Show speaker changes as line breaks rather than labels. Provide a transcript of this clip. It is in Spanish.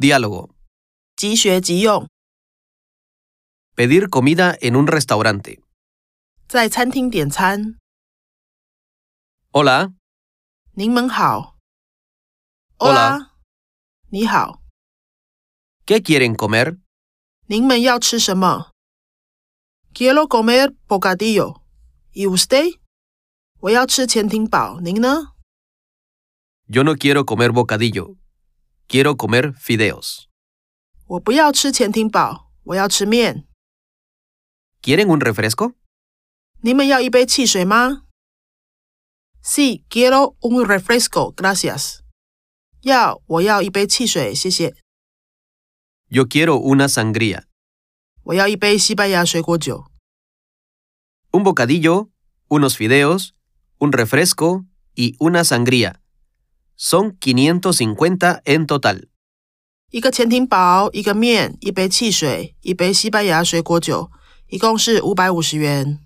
Diálogo.
即学即用，
Pedir comida en un restaurante.
在餐厅点餐。
Hola,
您们好。
Hola
你好。
¿qué quieren comer?
您们要吃什么？Quiero comer bocadillo. ¿Y usted? 我要吃潜艇堡。您呢？
Yo no quiero comer bocadillo. Quiero comer fideos.
我不要吃潜艇堡，我要吃面。
¿Quieren un refresco?
你们要一杯汽水吗？Sí, quiero un refresco, gracias. 要，我要一杯汽水，谢谢。
Yo quiero una sangría.
我要一杯西班牙水果酒。
Un bocadillo, unos fideos, un refresco y una sangría. Son 550 en total.
一个潜艇堡，一个面，一杯汽水，一杯西班牙水果酒，一共是五百五十元。